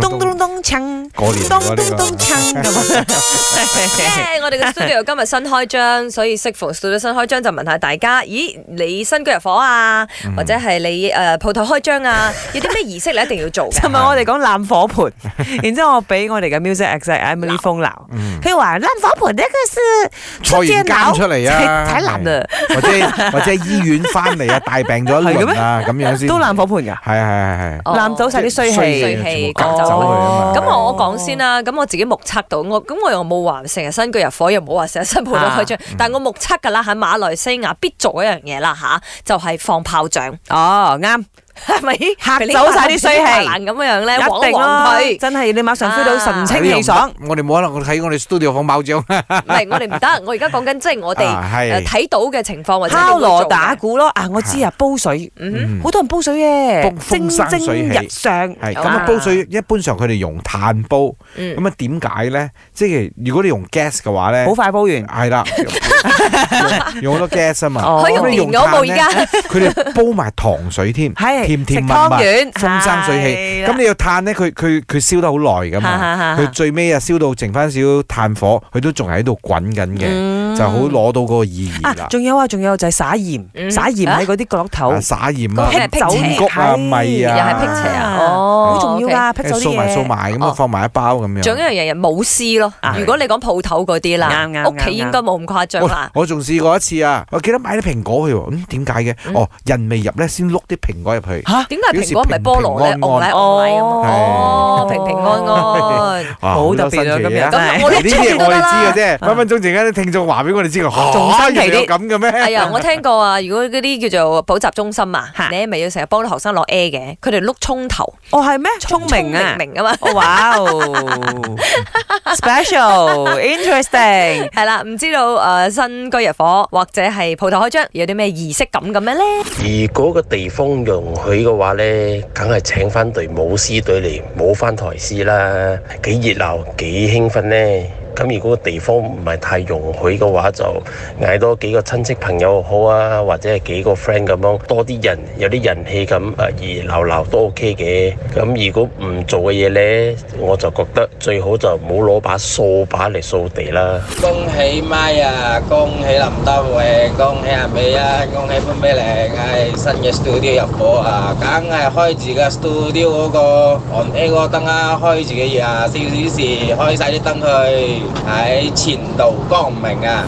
咚咚咚鏘，過年咚喎呢咚個咚鏘咁。耶！ 我哋嘅 studio 今日新開張，所以適逢 studio 新開張就問下大家，咦，你新居入伙啊，嗯或者係你誒鋪頭開 張啊，有啲咩儀式你一定要做嘅？尋日我哋講攬火盆，然之後我俾我哋嘅 music exec Emily 風鬧，嗯佢話攬火盆呢個是坐完監出嚟啊，太難啦，係或者或者醫院翻嚟啊，大病咗一輪啊，咁樣先都攬火盆㗎，係係係係，哦攬走晒啲衰衰氣氣。全部趕走佢啊嘛。咁我講先啦，咁我自己目測到，我咁我又冇話成日新居入伙，又冇話成日新鋪頭開嗯張，但我目測㗎啦，喺馬來西亞必做一樣嘢啦吓，就係放炮仗， 哦，啱，係咪嚇走晒啲衰氣咁樣咧，一旺一定啊旺啦 佢，。真係你馬上 feel 到神清氣爽。我哋冇可能我喺我哋 studio 放爆仗，唔係，我哋唔得。我而家講緊即係我哋啊係誒睇到嘅情況或者敲鑼我哋會做嘅打。鼓咯，啊，我知啊，煲水，Ừ. 嗯好多人煲水嘅，蒸風蒸生水日起上，係咁啊啊！煲水一般上佢哋用炭煲，嗯咁啊點解咧？即係如果你用 gas 嘅話咧好，快煲完。係啦，用用好多 gas 啊嘛，哦可以用咁你電腦炭冇咧而家，佢哋煲埋糖水添，係甜甜食蜜湯蜜圓，風生水係起。啦咁你要炭咧，佢佢佢燒得好耐噶 嘛，佢最尾啊燒到剩翻少少炭火，佢都仲喺度滾緊嘅，就好攞到嗰個意義啊，啦。仲有啊，仲有就係撒鹽，嗯撒鹽喺嗰啲角落頭啊，撒鹽啊嗰，個係辟走邪五谷啊，米又啊，係辟邪啊！哦，好重要啊噶，OK。辟走啲掃埋掃嘢。埋咁啊哦，放埋一包咁樣。仲有一樣嘢冇師咯啊，如果你講鋪頭嗰啲啦啱啱，屋企應該冇咁誇張啦。我我仲試過一次啊！我記得買啲蘋果去喎，嗯點解嘅？哦，人未入咧，先碌啲蘋果入去。嚇，點解蘋果唔係菠蘿咧？平平安安我咧我咧咁啊係哦，平哦平安安。哇好特別啊多新奇今日啊真係咁我呢碌啲出嘢去我都得哋啦知。嘅啫，分分鐘陣間啲聽眾話俾我哋知嘅，仲嚇新奇啲原來有咁嘅哎咩？呀，我聽過啊，如果嗰啲叫做補習中心啊嚇，你咪要成日幫啲學生攞 A 嘅，佢哋碌葱頭，哦係咩？聰明啊！明啊嘛。 哦哇哦，special interesting。係啦，唔知道誒、呃新居入伙或者係鋪頭開張有啲咩儀式感咁樣咧？如果個地方容許嘅話呢，梗係請翻隊舞獅隊嚟舞翻台獅啦，幾熱鬧幾興奮呢！咁如果個地方唔係太容許嘅話，就嗌多幾個親戚朋友好啊，或者係幾個 friend 咁樣，多啲人有啲人氣咁，誒熱熱鬧鬧都 OK 嘅。咁如果唔做嘅嘢呢，我就覺得最好就唔好攞把掃把嚟掃地啦。恭喜 Mai 啊，恭喜林德榮，恭喜阿美啊，恭喜潘美玲，係新嘅 studio 入伙啊，梗係開自己 studio 嗰個 on air 嗰個燈啊，開自己廿四小時開晒啲燈去，喺前途光明啊！